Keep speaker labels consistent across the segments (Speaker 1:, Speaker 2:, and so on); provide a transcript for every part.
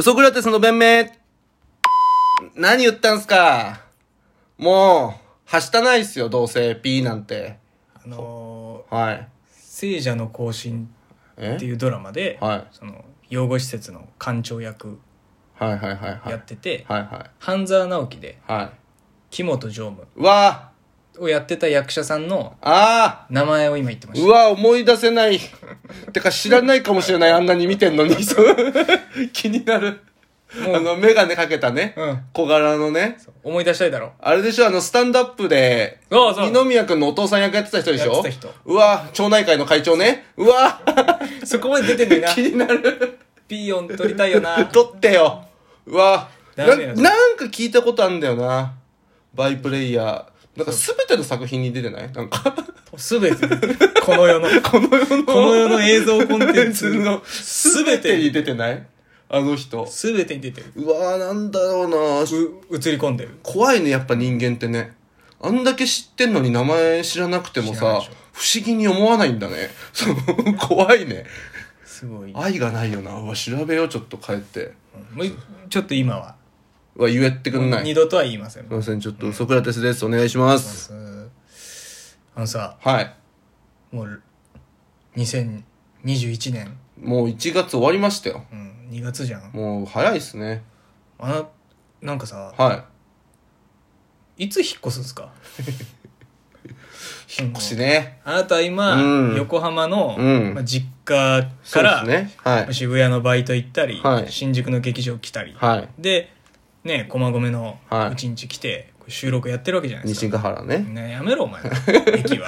Speaker 1: ソクラテスの弁明何言ったんすかもう、はしたないっすよ、どうせ、P なんて。
Speaker 2: あのー
Speaker 1: はい。
Speaker 2: 聖者の行進
Speaker 1: え
Speaker 2: っていうドラマで、
Speaker 1: はい。
Speaker 2: その養護施設の館長役
Speaker 1: はいはいはいはい。
Speaker 2: やってて、
Speaker 1: はいは
Speaker 2: 半沢直樹で
Speaker 1: い。はい。
Speaker 2: 木本常務
Speaker 1: うわ
Speaker 2: をやってた役者さんの
Speaker 1: ああ
Speaker 2: 名前を今言ってま
Speaker 1: ーう
Speaker 2: し
Speaker 1: わ思い出せない。てか知らないかもしれない、あんなに見てんのに。 そう気になる。あの、メガネかけたね
Speaker 2: た。。うん。
Speaker 1: 小柄のね。
Speaker 2: そう思い出したいだろ。
Speaker 1: あれでしょあの、スタンドアップで、
Speaker 2: そうそう
Speaker 1: 二宮君のお父さん役やってた人でしょ
Speaker 2: やってた人
Speaker 1: うわ町内会の会長ね。うわ
Speaker 2: そこまで出てんの
Speaker 1: 気
Speaker 2: にな。
Speaker 1: になる。
Speaker 2: ピーヨン取りたい よな。
Speaker 1: 撮ってよ。うわな
Speaker 2: ダメ
Speaker 1: な
Speaker 2: なん
Speaker 1: か聞いたことあんだよな。バイプレイヤー。なんか全ての作品に出てないなん か、
Speaker 2: すべて、こ の世の、この世の、映像コンテンツのす
Speaker 1: 全
Speaker 2: べて
Speaker 1: てに
Speaker 2: に、
Speaker 1: 出てないあの人。
Speaker 2: すべてに出てる。
Speaker 1: うわなんだろうな
Speaker 2: う、映り込んでる。
Speaker 1: 怖いね、やっぱ人間ってね。あんだけ知ってんのに名前知らなくても
Speaker 2: 知らな
Speaker 1: さ
Speaker 2: いでしょ、
Speaker 1: 不思議に思わないんだね。そう怖いね。
Speaker 2: すごい。も
Speaker 1: 愛がないよなうわ調べようちょっと帰って
Speaker 2: うい、ちょっと今は、
Speaker 1: うわ言えってくんない
Speaker 2: 二
Speaker 1: すい
Speaker 2: 度とは言いません。
Speaker 1: ませんちょっとソクラテスですお願いします
Speaker 2: あのさ、
Speaker 1: はい
Speaker 2: もう、2021年、
Speaker 1: もう1月終わりましたよ
Speaker 2: うん、2月じゃん。
Speaker 1: もう早いっすね
Speaker 2: あな、なんかさ、
Speaker 1: はい
Speaker 2: つ引っ越すんすか
Speaker 1: い引っ越しね
Speaker 2: あなたは今、
Speaker 1: うん
Speaker 2: 横浜の、
Speaker 1: うん
Speaker 2: まあ、実家
Speaker 1: そ
Speaker 2: か
Speaker 1: うで
Speaker 2: ら、
Speaker 1: すねはい
Speaker 2: 渋谷のバイト行ったり、
Speaker 1: はい
Speaker 2: 新宿の劇場来たり、
Speaker 1: はい
Speaker 2: で、ね、駒込の
Speaker 1: はいう
Speaker 2: ちんち来て、これ収録やってるわけじゃないです
Speaker 1: 西
Speaker 2: か。
Speaker 1: ヶ原ね
Speaker 2: ね、やめろ、お前。駅は。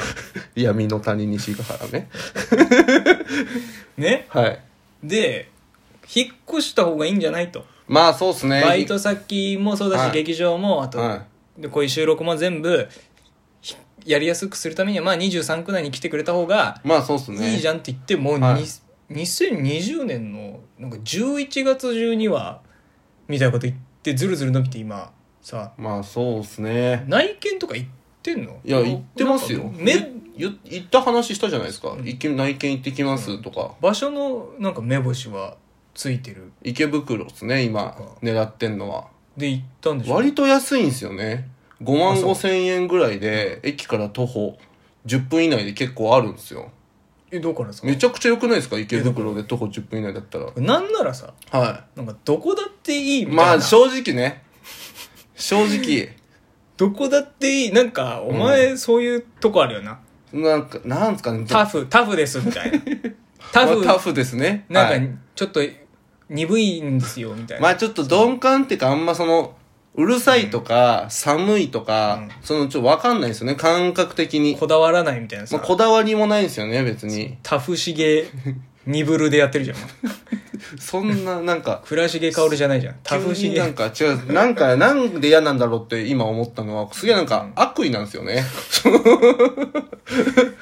Speaker 1: 闇の谷西ヶ原ね
Speaker 2: ね。
Speaker 1: はい
Speaker 2: で、引っ越した方がいいんじゃないと。
Speaker 1: まあそうっすね
Speaker 2: バイト先もそうだし、
Speaker 1: はい
Speaker 2: 劇場も、あと、
Speaker 1: は
Speaker 2: でこういう収録も全部、ひやりやすくするためには、まあ23区内に来てくれた方が
Speaker 1: いまあそうっすね
Speaker 2: いいじゃんって言って、もうに、
Speaker 1: はい
Speaker 2: 2020年の、なんか11月中には、みたいなこと言って、ずるずる伸びて今、さ、
Speaker 1: まあそうっすね
Speaker 2: 内見とか行ってんの
Speaker 1: いや行ってますよ
Speaker 2: なんか
Speaker 1: め
Speaker 2: め
Speaker 1: 言行った話したじゃないですか「行け内見行ってきます」とか
Speaker 2: 場所のなんか目星はついてる
Speaker 1: 池袋っすね今
Speaker 2: そっか
Speaker 1: 狙ってんのは
Speaker 2: で行ったんでしょ
Speaker 1: 割と安いんですよね5万
Speaker 2: あそう
Speaker 1: 5千円ぐらいで駅から徒歩10分以内で結構あるんですよ
Speaker 2: えどこからですか
Speaker 1: めちゃくちゃ良くないですか池袋で徒歩10分以内だったら
Speaker 2: なんならさ
Speaker 1: は
Speaker 2: なんかどこだって
Speaker 1: い
Speaker 2: いいみたいな、
Speaker 1: まあ正直ね正直
Speaker 2: どこだっていいなんかお前そういうとこあるよな、
Speaker 1: なんかなんですかね
Speaker 2: タフタフですみ たいな
Speaker 1: ま
Speaker 2: タ
Speaker 1: あ
Speaker 2: フ、
Speaker 1: タフですねは
Speaker 2: なん
Speaker 1: い
Speaker 2: かちょっと鈍いんですよみたいな、
Speaker 1: まあちょっと鈍感っていうかあんまそのうるさいとか、寒いとか、そのちょっとわかんないですよね感覚的に、
Speaker 2: こだわらないみたいなさ、
Speaker 1: まあ、こだわりもないんですよね別に
Speaker 2: タフしげニブルでやってる じゃん
Speaker 1: そんななんか
Speaker 2: 倉重薫じゃないじゃんタフし
Speaker 1: 急に
Speaker 2: げ
Speaker 1: なん か違う、なんか、なんで嫌なんだろうって今思ったのは、すげえなんか悪意なんですよね。
Speaker 2: い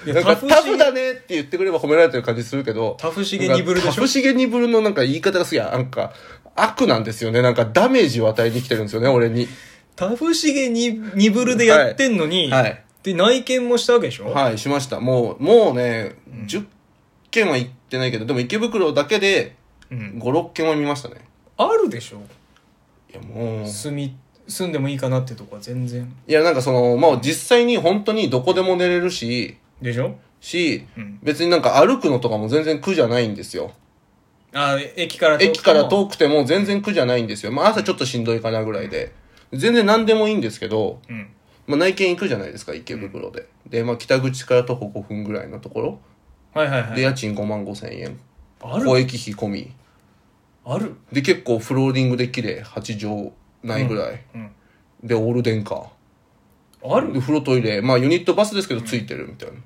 Speaker 2: や
Speaker 1: なんか
Speaker 2: タフ
Speaker 1: タ
Speaker 2: しげ
Speaker 1: フだねって言ってくれば褒められてる感じするけど、
Speaker 2: タフしげニブルでし
Speaker 1: タ
Speaker 2: ょ
Speaker 1: フシゲニブルのなんか言い方がすげえ、なんか悪なんですよね。なんかダメージを与えに来てるんですよね、俺に。
Speaker 2: タフしげにニブルでやってんのに、
Speaker 1: はい。
Speaker 2: で内見もしたわけでしょ、
Speaker 1: はい、しました。もう、もうね、10件は行ってないけど、でも池袋だけで
Speaker 2: うん
Speaker 1: 5、、6件は見ましたね。
Speaker 2: あるでしょ
Speaker 1: いや、もう。
Speaker 2: 住み住んでもいいかなってとこは全然
Speaker 1: いや、なんかその、まあ実際に本当にどこでも寝れるし、
Speaker 2: でしょ、
Speaker 1: し、
Speaker 2: うん、
Speaker 1: 別になんか歩くのとかも全然苦じゃないんですよ。
Speaker 2: あえ駅から遠く
Speaker 1: 駅
Speaker 2: て
Speaker 1: から
Speaker 2: も
Speaker 1: 遠くても全然苦じゃないんですよ。まあ朝ちょっとしんどいかなぐらいで。全然何でもいいんですけど、
Speaker 2: うん
Speaker 1: まあ内見行くじゃないですか、池袋で。で、まあ北口から徒歩5分ぐらいのところ。
Speaker 2: はいはいは
Speaker 1: で、
Speaker 2: い
Speaker 1: 家賃5万5千円。
Speaker 2: あ
Speaker 1: 交
Speaker 2: る
Speaker 1: 易費込み。
Speaker 2: ある
Speaker 1: で、結構フローリングで綺麗、8畳ないぐらい。
Speaker 2: うん
Speaker 1: で、オール電化。
Speaker 2: あ
Speaker 1: で、
Speaker 2: る
Speaker 1: 風呂トイレ。まあユニットバスですけどついてるみたいな。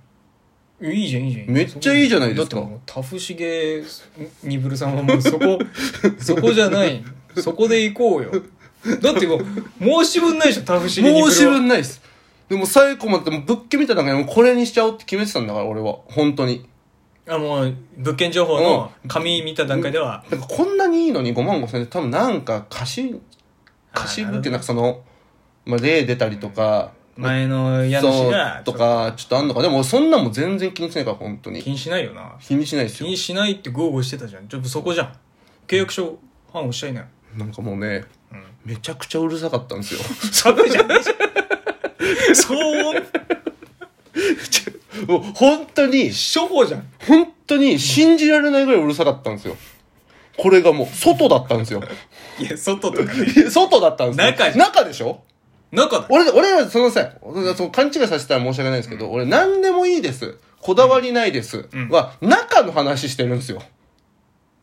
Speaker 2: いいじゃんいいじゃん
Speaker 1: めっちゃいいじゃないですか
Speaker 2: だってもうタフしげニブルさんはもうそ こそこじゃないそこで行こうよだってもう申し分ないでしょタフしげニブル
Speaker 1: 申
Speaker 2: は
Speaker 1: し分ないです。でも最後まで、でも物件見た中にもうこれにしちゃおうって決めてたんだから、俺は。本当に。
Speaker 2: あもう物件情報の紙見た段階では、
Speaker 1: なんかこんなにいいのに5万5千円って多分なんか貸し、貸し物件な
Speaker 2: あ
Speaker 1: んかその、まあ、例出たりとか、
Speaker 2: 前の家
Speaker 1: そ
Speaker 2: 主
Speaker 1: う
Speaker 2: が
Speaker 1: とか、ちょっとあんのか。でもそんなんも全然気にしないから、本当に。
Speaker 2: 気にしないよな
Speaker 1: 気にしないです
Speaker 2: 気
Speaker 1: よ。
Speaker 2: にしないって豪語してたじゃんちょっとそこじゃん契約書ファンをしちゃいない。
Speaker 1: なんかもうね、めちゃくちゃうるさかったんですよ。
Speaker 2: 寒いじゃん。騒音、
Speaker 1: もう本当に、
Speaker 2: 初歩じゃん。
Speaker 1: 本当に信じられないぐらいうるさかったんですよ。これがもう、外だったんですよ。
Speaker 2: いや、外とかね。
Speaker 1: いや外だったんですよ。
Speaker 2: 中じゃ
Speaker 1: 中でしょ
Speaker 2: 中だ。
Speaker 1: 俺、俺ら、そのさ、その勘違いさせたら申し訳ないんですけど、俺、何でもいいです。こだわりないです。
Speaker 2: ん
Speaker 1: は、中の話してるんですよ。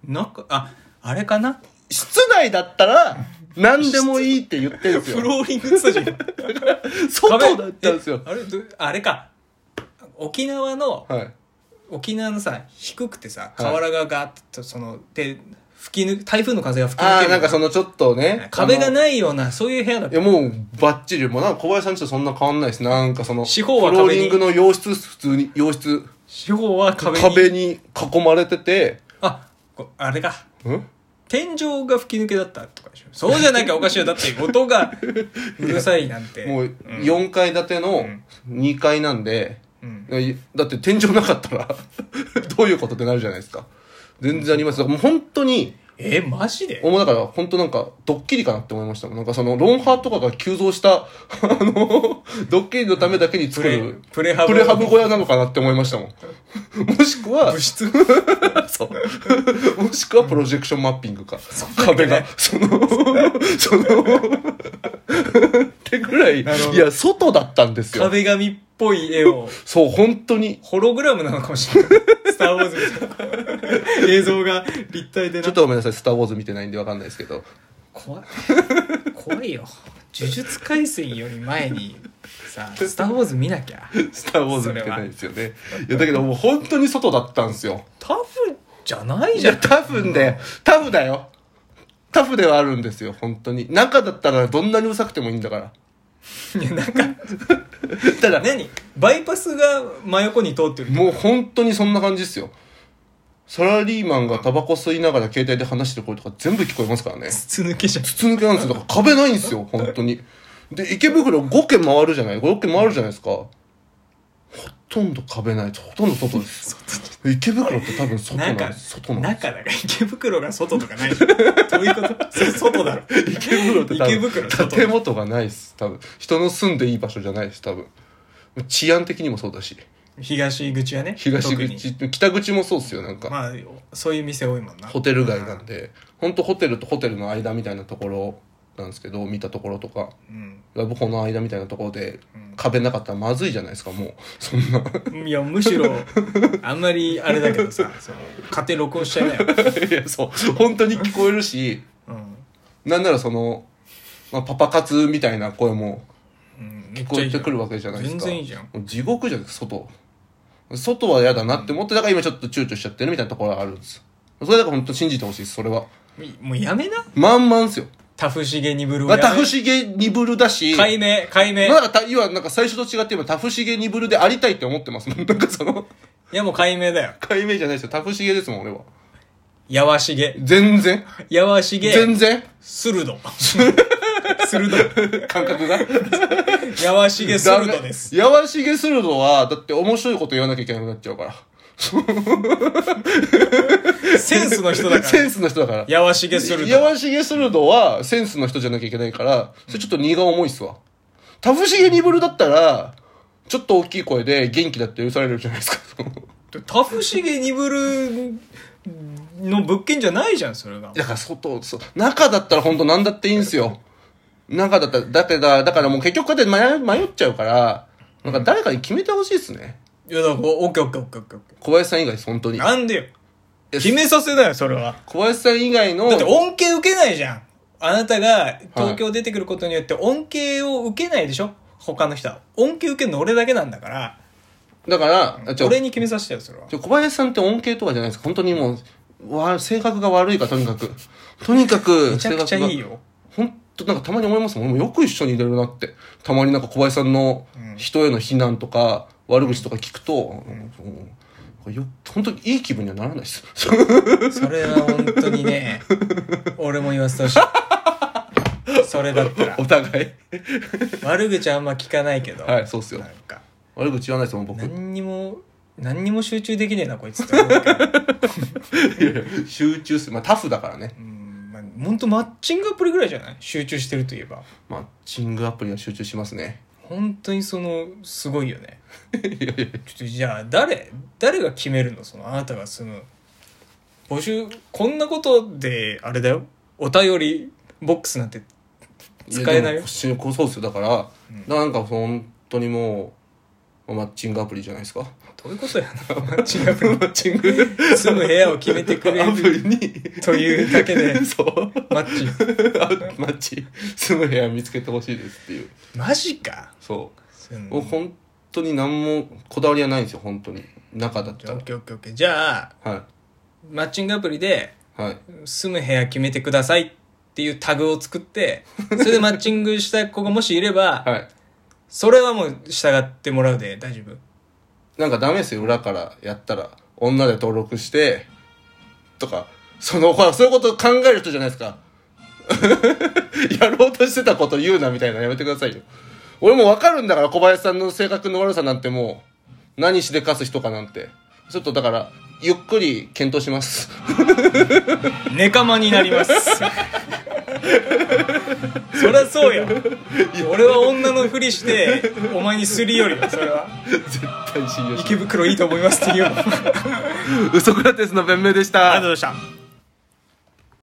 Speaker 2: 中、あ、あれかな
Speaker 1: 室内だったら、何でもいいって言ってるんです
Speaker 2: フ
Speaker 1: よ。
Speaker 2: ローリングスタ ジオ。
Speaker 1: 外だったんですよ
Speaker 2: え。あれ、どあれか。沖縄の、
Speaker 1: はい。
Speaker 2: 沖縄のさ、低くてさ、瓦がガーッと、その、で、吹き抜台風の風が吹き抜
Speaker 1: あ
Speaker 2: け
Speaker 1: あ、
Speaker 2: る。
Speaker 1: なんかそのちょっとね。
Speaker 2: 壁が
Speaker 1: い。
Speaker 2: ないような、そういう部屋だっ
Speaker 1: い
Speaker 2: た。
Speaker 1: や、もう、バッチリ。もう、なんか小林さんちとそんな変わんないです。なんかその、
Speaker 2: 四方は
Speaker 1: フロー
Speaker 2: 壁に
Speaker 1: リングの洋室、普通に、洋室、
Speaker 2: 四方は壁に。
Speaker 1: 壁に囲まれてて、
Speaker 2: あ、こあれか。
Speaker 1: ん
Speaker 2: 天井が吹き抜けだったとかでしょ。そうじゃなきゃおかしいよ。だって音がうるさいなんて。
Speaker 1: もう、4階建ての2階なんで、
Speaker 2: うん。
Speaker 1: だって天井なかったら どういうことってなるじゃないですか全然ありますだからもう本当に
Speaker 2: え、マジで
Speaker 1: もうだから本当なんかドッキリかなって思いましたもんなんかそのロンハーとかが急増した あのドッキリのためだけに作る
Speaker 2: プレプレハブ
Speaker 1: プレハブ小屋なのかなって思いましたもんもしくは
Speaker 2: 物質
Speaker 1: そうもしくはプロジェクションマッピングか壁がそのそのってぐらいい
Speaker 2: なるほど
Speaker 1: や外だったんですよ
Speaker 2: 壁紙っぽい絵を、
Speaker 1: そう本当に
Speaker 2: ホログラムなのかもしれない。スターウォーズみたいな。映像が立体で
Speaker 1: ちょ
Speaker 2: な
Speaker 1: っ。とごめんなさい「スター・ウォーズ」見てないんでわかんないですけど
Speaker 2: 怖い。怖いよ。呪術廻戦より前に、さ、スターウォーズ見なきゃ。
Speaker 1: スター・ウォーズ見てないですよね。いや、だけどもう本当に外だったんですよ。
Speaker 2: タフじゃない
Speaker 1: い
Speaker 2: じゃ
Speaker 1: や、
Speaker 2: ん。
Speaker 1: タフんで、タフだよ。タフではあるんですよ、本当に。中だったらどんなにうるさくてもいいんだから。
Speaker 2: いや、なんか、
Speaker 1: ただ、
Speaker 2: 何バイパスが真横に通ってる。
Speaker 1: もう本当にそんな感じですよ。サラリーマンがタバコ吸いながら携帯で話してる声とか全部聞こえますからね。
Speaker 2: 筒抜けじゃん。
Speaker 1: 筒抜けなんですよ。だから壁ないんですよ、本当に。で、池袋5軒回るじゃない ?5 軒回るじゃないですか。ほとんど壁ない。ほとんど外です。池袋って多分外な
Speaker 2: なんんか
Speaker 1: で、す。外なんですよ
Speaker 2: 中だから池袋が外とかないじ ゃん。どういうことそれ外だろ。池袋
Speaker 1: 多分
Speaker 2: 池袋外
Speaker 1: 建物がないです多分人の住んでいい場所じゃないです多分治安的にもそうだし
Speaker 2: 東口はね。
Speaker 1: 東
Speaker 2: 特に。
Speaker 1: 口北口もそうっすよなんか、
Speaker 2: まあ、そういう店多いもんな。
Speaker 1: ホテル街なんで本当ホテルとホテルの間みたいなところなんですけど見たところとか
Speaker 2: うん。
Speaker 1: ラブホの間みたいなところで壁なかったらまずいじゃないですかもう そんない
Speaker 2: や、むしろ、あんまりあれだけ どさ、その、勝手に録音しちゃいなよ。
Speaker 1: いやそう本当に聞こえるし
Speaker 2: うん。
Speaker 1: なんならその、まあ、パパ活みたいな声も
Speaker 2: うん、
Speaker 1: 聞こえてくるわけじゃないです
Speaker 2: 全
Speaker 1: か
Speaker 2: 然いいじゃん。
Speaker 1: もう地獄じゃん外外は嫌だなって思ってだから今ちょっと躊躇しちゃってるみたいなところがあるんですそれだから本当信じてほしいですそれは
Speaker 2: もうやめな。
Speaker 1: まんまんですよ
Speaker 2: タフシゲニブルを
Speaker 1: ま
Speaker 2: や
Speaker 1: あ
Speaker 2: め。
Speaker 1: タフシゲニブルだし
Speaker 2: 解明、解明。
Speaker 1: まあなんかた要はなんか最初と違って今タフシゲニブルでありたいって思ってますもん なんかその
Speaker 2: いや、もう解明だよ。
Speaker 1: 解明じゃないですよタフシゲですもん俺は
Speaker 2: やわしげ。
Speaker 1: 全然
Speaker 2: やわしげ。
Speaker 1: 全然
Speaker 2: 鋭。鋭。
Speaker 1: 感覚が
Speaker 2: やわしげ 鋭です。
Speaker 1: やわしげ鋭はだって面白いこと言わなきゃいけなくなっちゃうから
Speaker 2: センスの人だ か
Speaker 1: セ
Speaker 2: ら。
Speaker 1: ンスの人だから
Speaker 2: やわしげ鋭。
Speaker 1: やわしげするのはセンスの人じゃなきゃいけないから、それちょっと荷が重いっすわ。タフシゲニブルだったら、ちょっと大きい声で元気だって許されるじゃないですか。
Speaker 2: タフシゲニブルの物件じゃないじゃん、それが。
Speaker 1: だから外、そう中だったら本当何だっていいんすよ。中だったら、だけど、だからもう結局こうやって迷迷っちゃうから、なんか誰かに決めてほしいっすね。
Speaker 2: いや、だから、オッケーオッケーオッケーオッケーオッケ
Speaker 1: 小林さん以外です、本当
Speaker 2: ー。
Speaker 1: に。
Speaker 2: なんでよ。決めさせなよ、それは。
Speaker 1: 小林さん以外の、
Speaker 2: だって恩恵受けないじゃん。あなたが東京出てくることによって恩恵を受けないでしょ他の人は。恩恵受けるの俺だけなんだから、
Speaker 1: だから、ちょ
Speaker 2: 俺に決めさせてよ、それは。
Speaker 1: ちょ小林さんって恩恵とかじゃないですか。本当にもう、わ性格が悪いから、とにかく。とにかく、
Speaker 2: めちゃくちゃいいよ。
Speaker 1: ほんと、なんかたまに思いますもん。俺もよく一緒にいれるなって。たまになんか小林さんの人への非難とか、悪口とか聞くと、うんよ本当にいい気分にはならないです。
Speaker 2: それは本当にね、俺も言わせてほしい。それだったら。
Speaker 1: お互い。
Speaker 2: 悪口あんま聞かないけど、
Speaker 1: はい、そうっすよ
Speaker 2: な。んか、
Speaker 1: 悪口言わないですもん、 僕。い
Speaker 2: 何にも、何にも集中できねえな、こいつって思うけど。
Speaker 1: やいや集中する。まあ、タフだからね
Speaker 2: う。んまあ、ほんとマッチングアプリぐらいじゃない集中してるといえば
Speaker 1: マッチングアプリは集中しますね
Speaker 2: 本当にそのすごいよね
Speaker 1: いやいやいや
Speaker 2: ちょっとじゃあ誰誰が決めるのそのあなたがその募集こんなことであれだよお便りボックスなんて使えないよ
Speaker 1: でもしこうそうですよだから、なんか本当にもうマッチングアプリじゃないですか
Speaker 2: どういうことやなマッチングアプリマッチング住む部屋を決めてくれ
Speaker 1: アプ
Speaker 2: る
Speaker 1: リに
Speaker 2: というだけ で
Speaker 1: そう
Speaker 2: マッチ
Speaker 1: あマッチ住む部屋見つけてほしいですっていう
Speaker 2: マジか
Speaker 1: そう
Speaker 2: その
Speaker 1: もう本当に何もこだわりはないんですよ本当に中だっ
Speaker 2: じゃ
Speaker 1: た
Speaker 2: あオ
Speaker 1: ら
Speaker 2: ッケーオッケーオッケーじゃあ
Speaker 1: は
Speaker 2: マッチングアプリで
Speaker 1: いはい
Speaker 2: 住む部屋決めてくださいっていうタグを作ってそれでマッチングした子がもしいれば、
Speaker 1: はい
Speaker 2: それはもう従ってもらうで大丈夫
Speaker 1: なんかダメですよ裏からやったら女で登録してとかそのほらそういうこと考える人じゃないですか やろうとしてたこと言うなみたいなのやめてくださいよ俺もわかるんだから小林さんの性格の悪さなんてもう何しでかす人かなんてちょっとだからゆっくり検討します
Speaker 2: ネカマになります そりゃそうよ俺は女のふりしてお前にすり寄るよそれは
Speaker 1: 絶対信用し
Speaker 2: 池袋いいと思いますって言うよありがとう
Speaker 1: ウソクラテスの弁明でした
Speaker 2: ございました